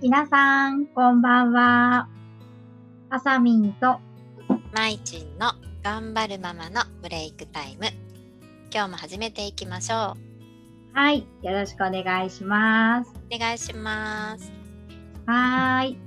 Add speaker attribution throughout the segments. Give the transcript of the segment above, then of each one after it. Speaker 1: 皆さん、こんばんは。あさみんと、
Speaker 2: まいちんの頑張るママのブレイクタイム今日も始めていきましょ
Speaker 1: はい、よろしくお願いします
Speaker 2: う。お願いします
Speaker 1: はーい。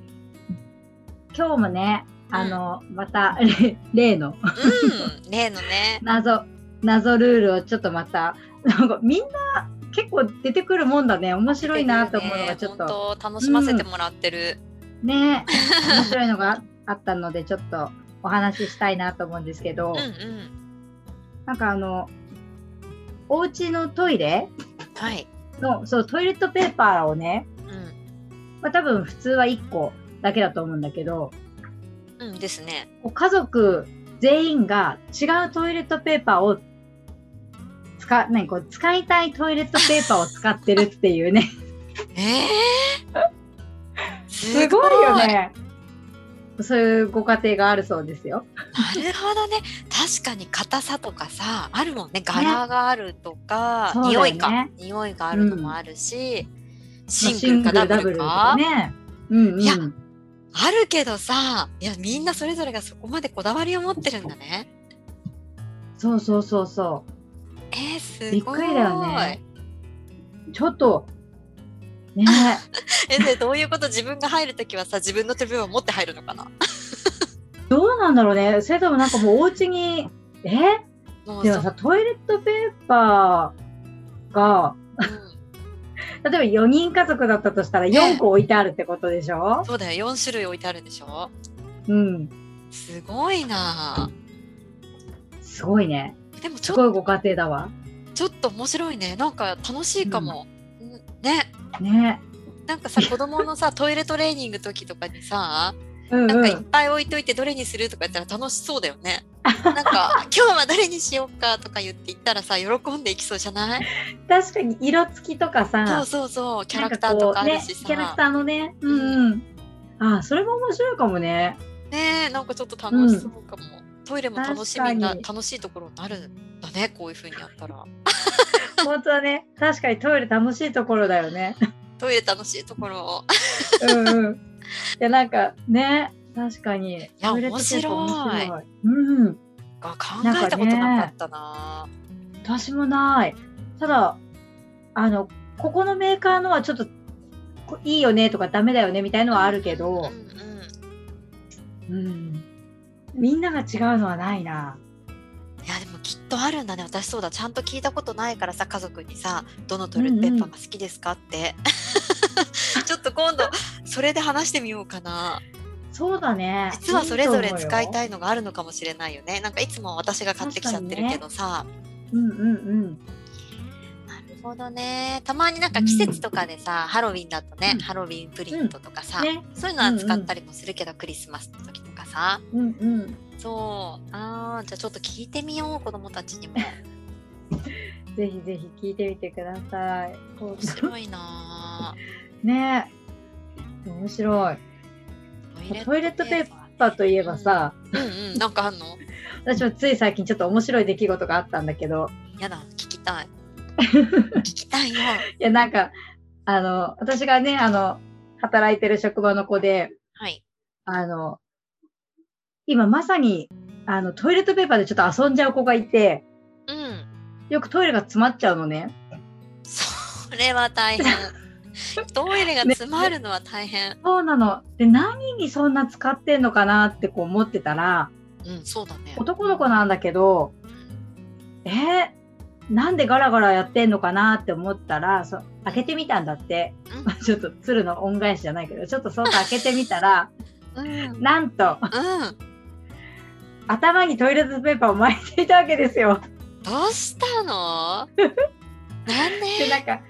Speaker 1: 今日もね、あの、また、 れ例の
Speaker 2: うん例のね
Speaker 1: 謎、謎ルールをちょっとまた、なんかみんな結構出てくるもんだね。面白いなと思うのがちょっと、
Speaker 2: 本当楽しませてもらってる、
Speaker 1: ね、面白いのがあったので、ちょっとお話ししたいなと思うんですけど、
Speaker 2: うん、うん
Speaker 1: なんかあの、お家のトイレ
Speaker 2: はい
Speaker 1: の、そう、トイレットペーパーをね、
Speaker 2: うん
Speaker 1: まあ、多分普通は1個だけだと思うんだけど
Speaker 2: うんですね
Speaker 1: こう家族全員が違うトイレットペーパーを使何こう使いたいトイレットペーパーを使ってるっていう ね
Speaker 2: え ー、
Speaker 1: すごいよねそういうご家庭があるそうですよ。
Speaker 2: なるほどね確かに硬さとかさあるもんね柄があるとか、
Speaker 1: そうだよ
Speaker 2: 匂
Speaker 1: ね
Speaker 2: いか匂いがあるのもあるし、シ
Speaker 1: シ
Speaker 2: ン
Speaker 1: ング
Speaker 2: グルか
Speaker 1: ルダ
Speaker 2: ダブ
Speaker 1: ブ
Speaker 2: ル
Speaker 1: ルと
Speaker 2: か
Speaker 1: かね。うんうん、
Speaker 2: いやあるけどさいやみんなそれぞれがそこまでこだわりを持ってるんだね。
Speaker 1: そうそうそうそ
Speaker 2: えー、すごい。
Speaker 1: びっくりだよね。うちょっとね
Speaker 2: えでどういうこと自分が入るときはさ自分の手分を持って入るのかな
Speaker 1: どうなんだろうねそれともなんかもうお家にえ
Speaker 2: もう
Speaker 1: で
Speaker 2: そ
Speaker 1: もさトイレットペーパーが
Speaker 2: うん
Speaker 1: 例えば4人家族だったとしたら4個置いてあるってことでしょ、
Speaker 2: そうだよ4種類置いてあるんでしょ
Speaker 1: うん。
Speaker 2: すごいな
Speaker 1: すごいね。
Speaker 2: あでもち
Speaker 1: すご
Speaker 2: ょ
Speaker 1: いご家庭だわ。
Speaker 2: ちょっと面白いねなんか楽しいかも、んね
Speaker 1: ね。
Speaker 2: なんかさ子供のさ トイレトレーニング時とかにさ
Speaker 1: うん
Speaker 2: なん
Speaker 1: う
Speaker 2: かいっ
Speaker 1: ん。
Speaker 2: ぱい置いといてどれにするとか言ったら楽しそうだよねなんか今日はどれにしようかとか言って言ったらさ喜んでいきそうじゃない
Speaker 1: 確かに色付きとか
Speaker 2: そう
Speaker 1: さ、
Speaker 2: そうそうキャ
Speaker 1: な
Speaker 2: ラ
Speaker 1: ん
Speaker 2: ク
Speaker 1: か
Speaker 2: ター
Speaker 1: ことう
Speaker 2: かある
Speaker 1: ね
Speaker 2: し、さ
Speaker 1: キャラクターのね。うんうん。あ、それも面白いかもね。
Speaker 2: ねえなんかちょっと楽しそうかも、トイレも楽しみな
Speaker 1: 確か
Speaker 2: 楽しいところになるんだねこういう風にやったら
Speaker 1: 本当はね、確かにトイレ楽しいところだよね。
Speaker 2: トイレ楽しいところを
Speaker 1: うんうん。 いや、なんかね、確かに。い
Speaker 2: や面白
Speaker 1: うん。
Speaker 2: が考えたことなかったな
Speaker 1: 私もない。ただ、あの、ここのメーカーのはちょっと、こいいよねとかダメだよねみたいのはあるけど、
Speaker 2: うんうん
Speaker 1: うんみんなが違うのはないな。
Speaker 2: いやでもきっとあるんだね私そうだちゃんと聞いたことないからさ家族にさ「どのトイレットペーパーが好きですか?」って、 ちょっと今度それで話してみようかな
Speaker 1: そうだね。
Speaker 2: 実はそれぞれ使い
Speaker 1: い
Speaker 2: たいのがあるのかもしれないよねなんかいつも私が買ってきちゃってるけどさ、
Speaker 1: と思うよ。うんうん
Speaker 2: なるほどね。たまになんか季節とかでさ、ハロウィンだとね、
Speaker 1: うん
Speaker 2: ハロウィンプリントとか
Speaker 1: う
Speaker 2: さ、
Speaker 1: ん。ね。
Speaker 2: そういうのは使ったりもするけど、クリスマスの時とかさ。
Speaker 1: うんうん。
Speaker 2: そう。ああ、じゃあちょっと聞いてみよう、子供たち にも。
Speaker 1: ぜひぜひ聞いてみてください。
Speaker 2: 面白いな
Speaker 1: ね。面白い。
Speaker 2: ー
Speaker 1: トイレットペーパーといえば、さ、
Speaker 2: うんうん、なんかあんの
Speaker 1: 私もつい最近ちょっと面白い出来事があったんだけど、
Speaker 2: やだ、聞 きたい。聞きたいよ。
Speaker 1: いやなんか、あの、私がね、あの、働いてる職場の子で、
Speaker 2: はい。
Speaker 1: あの、今まさに、あの、トイレットペーパーでちょっと遊んじゃう子がいて、
Speaker 2: うん。
Speaker 1: よくトイレが詰まっちゃうのね。
Speaker 2: それは 大変。トイレが詰まるのは大変。
Speaker 1: そうなの。で、何にそんな使ってんのかなってこう思ってたら、
Speaker 2: うん、そうだね。
Speaker 1: 男の子なんだけど、えーなんでガラガラやってんのかなって思ったら、そ開けてみたんだって。 ちょっと鶴の恩返しじゃないけど、ちょっと外開けてみたら、
Speaker 2: うん。うん。
Speaker 1: なんと
Speaker 2: うん
Speaker 1: 頭にトイレットペーパーを巻いていたわけですよ。
Speaker 2: どうした のなん
Speaker 1: で、
Speaker 2: で
Speaker 1: なんか、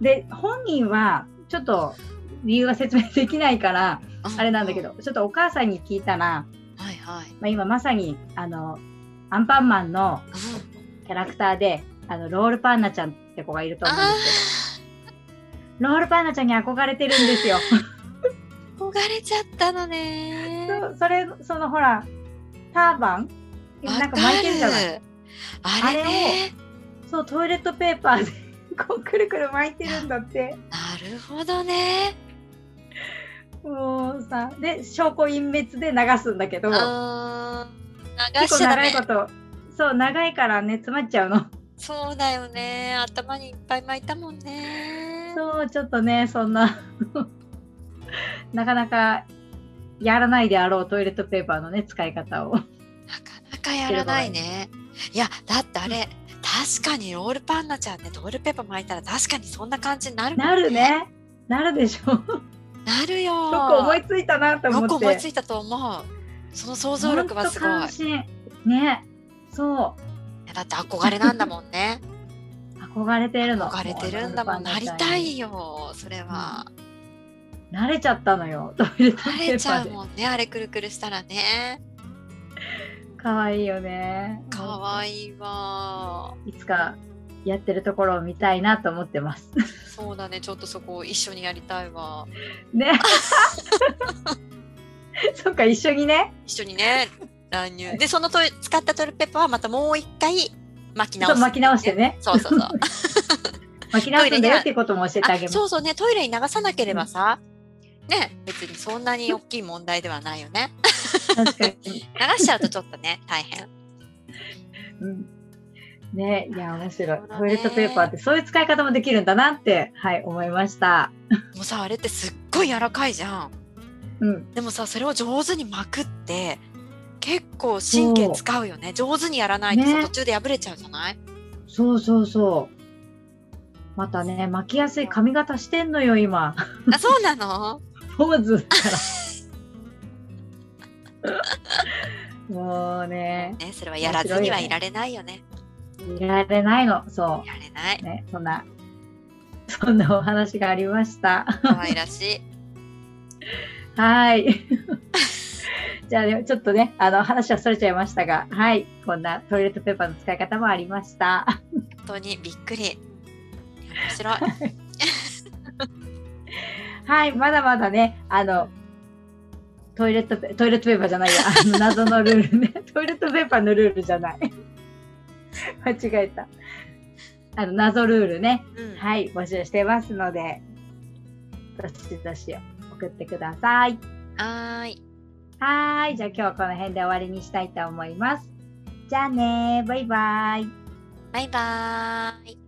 Speaker 1: で、本人はちょっと理由は説明できないから、あれなんだけ。ど、ちょっとお母さんに聞いたら、
Speaker 2: はいはい。
Speaker 1: まあ、今まさにあのアンパンマンの
Speaker 2: うん
Speaker 1: キャラクターであのロールパンナちゃんって子がいると思うん
Speaker 2: あ
Speaker 1: ですけどロールパンナちゃんに憧れてるんですよ。
Speaker 2: ー憧れちゃったのね。
Speaker 1: そうそれそのほらターバンな
Speaker 2: わ
Speaker 1: んか
Speaker 2: か
Speaker 1: 巻いてるじゃない
Speaker 2: る。あれね。
Speaker 1: そうトイレットペーパーでこうくるくる巻いてるんだって
Speaker 2: なるほどね。
Speaker 1: もうさで証拠隠滅で流すんだけど
Speaker 2: あー流し
Speaker 1: 結
Speaker 2: ち
Speaker 1: 構
Speaker 2: ゃダ
Speaker 1: 長い
Speaker 2: メ
Speaker 1: ことそう長いからね詰まっちゃうの
Speaker 2: そうだよね頭にいっぱい巻いたもんね
Speaker 1: そうちょっとねそんな なかなかやらないであろうトイレットペーパーのね使い方を
Speaker 2: なかなかやらないねいやだってあれ確かにロールパンナちゃんねトイレペーパー巻いたら確かにそんな感じになるもん
Speaker 1: なるねなるでしょよ
Speaker 2: なるよ
Speaker 1: く思いついたなと思っ
Speaker 2: よ
Speaker 1: て
Speaker 2: く思いついたと思うその想像力はすごいい
Speaker 1: ほんと感心ねそ
Speaker 2: やだって憧れなんだも んね
Speaker 1: う憧れてるの
Speaker 2: 憧れてるんだもんなりたいよそれは、
Speaker 1: 慣れちゃったのよトイレット
Speaker 2: 慣
Speaker 1: ペ
Speaker 2: れ
Speaker 1: ー
Speaker 2: ち
Speaker 1: パ
Speaker 2: ゃ
Speaker 1: ー
Speaker 2: う
Speaker 1: で
Speaker 2: もんねあれくるくるしたらね
Speaker 1: 可愛いよね
Speaker 2: かわいいわ
Speaker 1: いつかやってるところを見たいなと思ってます。
Speaker 2: そうだねちょっとそこを一緒にやりたいわ
Speaker 1: ね。そっか、一緒にね。
Speaker 2: 一緒 にね乱入でそのトイ使ったトイレペーパーはまたもう一回巻き直
Speaker 1: そう
Speaker 2: す
Speaker 1: 巻き直してね。
Speaker 2: そうそ うそう
Speaker 1: 巻き直すんだよっていうことも教えてあげ
Speaker 2: あ
Speaker 1: ます。
Speaker 2: そうそうねトイレに流さなければさ、ね別にそんなに大きい問題ではないよね
Speaker 1: 確かに。
Speaker 2: 流しちゃうとちょっとね大変
Speaker 1: うん。ね、いや、面白い
Speaker 2: なるほど。
Speaker 1: ト
Speaker 2: ね
Speaker 1: イレットペーパーってそういう使い方もできるんだなって、はい、思いました。
Speaker 2: もうさあれってすっごい柔らかいじゃん
Speaker 1: うん。
Speaker 2: でもさそれを上手に巻くって結構神経使うよね上手にやらないとさ、
Speaker 1: ね
Speaker 2: 途中で破れちゃうじ ゃない
Speaker 1: そうそうそう。またね、巻きやすい髪型してんのよ、今。
Speaker 2: あそうなの
Speaker 1: ポーズから。もうね、
Speaker 2: ねそれはやらずにはいられないよね
Speaker 1: いられないの。そ。
Speaker 2: やれないう
Speaker 1: ね、そんな、そんなお話がありました。
Speaker 2: 可愛らしい
Speaker 1: はい。 じゃあ、ね、ちょっとね、あの話はそれちゃいましたが、はい、こんなトイレットペーパーの使い方もありました。
Speaker 2: 本当にびっくりいや面白い
Speaker 1: はい、まだまだね、あの、トイレットペ、トイレットペーパーじゃないや、あの謎のルールね。 トイレットペーパーのルールじゃない。 間違えた。あの、謎ルールね。
Speaker 2: う ん
Speaker 1: はい、募集してますので、どしどし送ってください。
Speaker 2: はーい
Speaker 1: はーい。じゃあ今日はこの辺で終わりにしたいと思います。じゃあねー。バイバイ。
Speaker 2: バイバーイ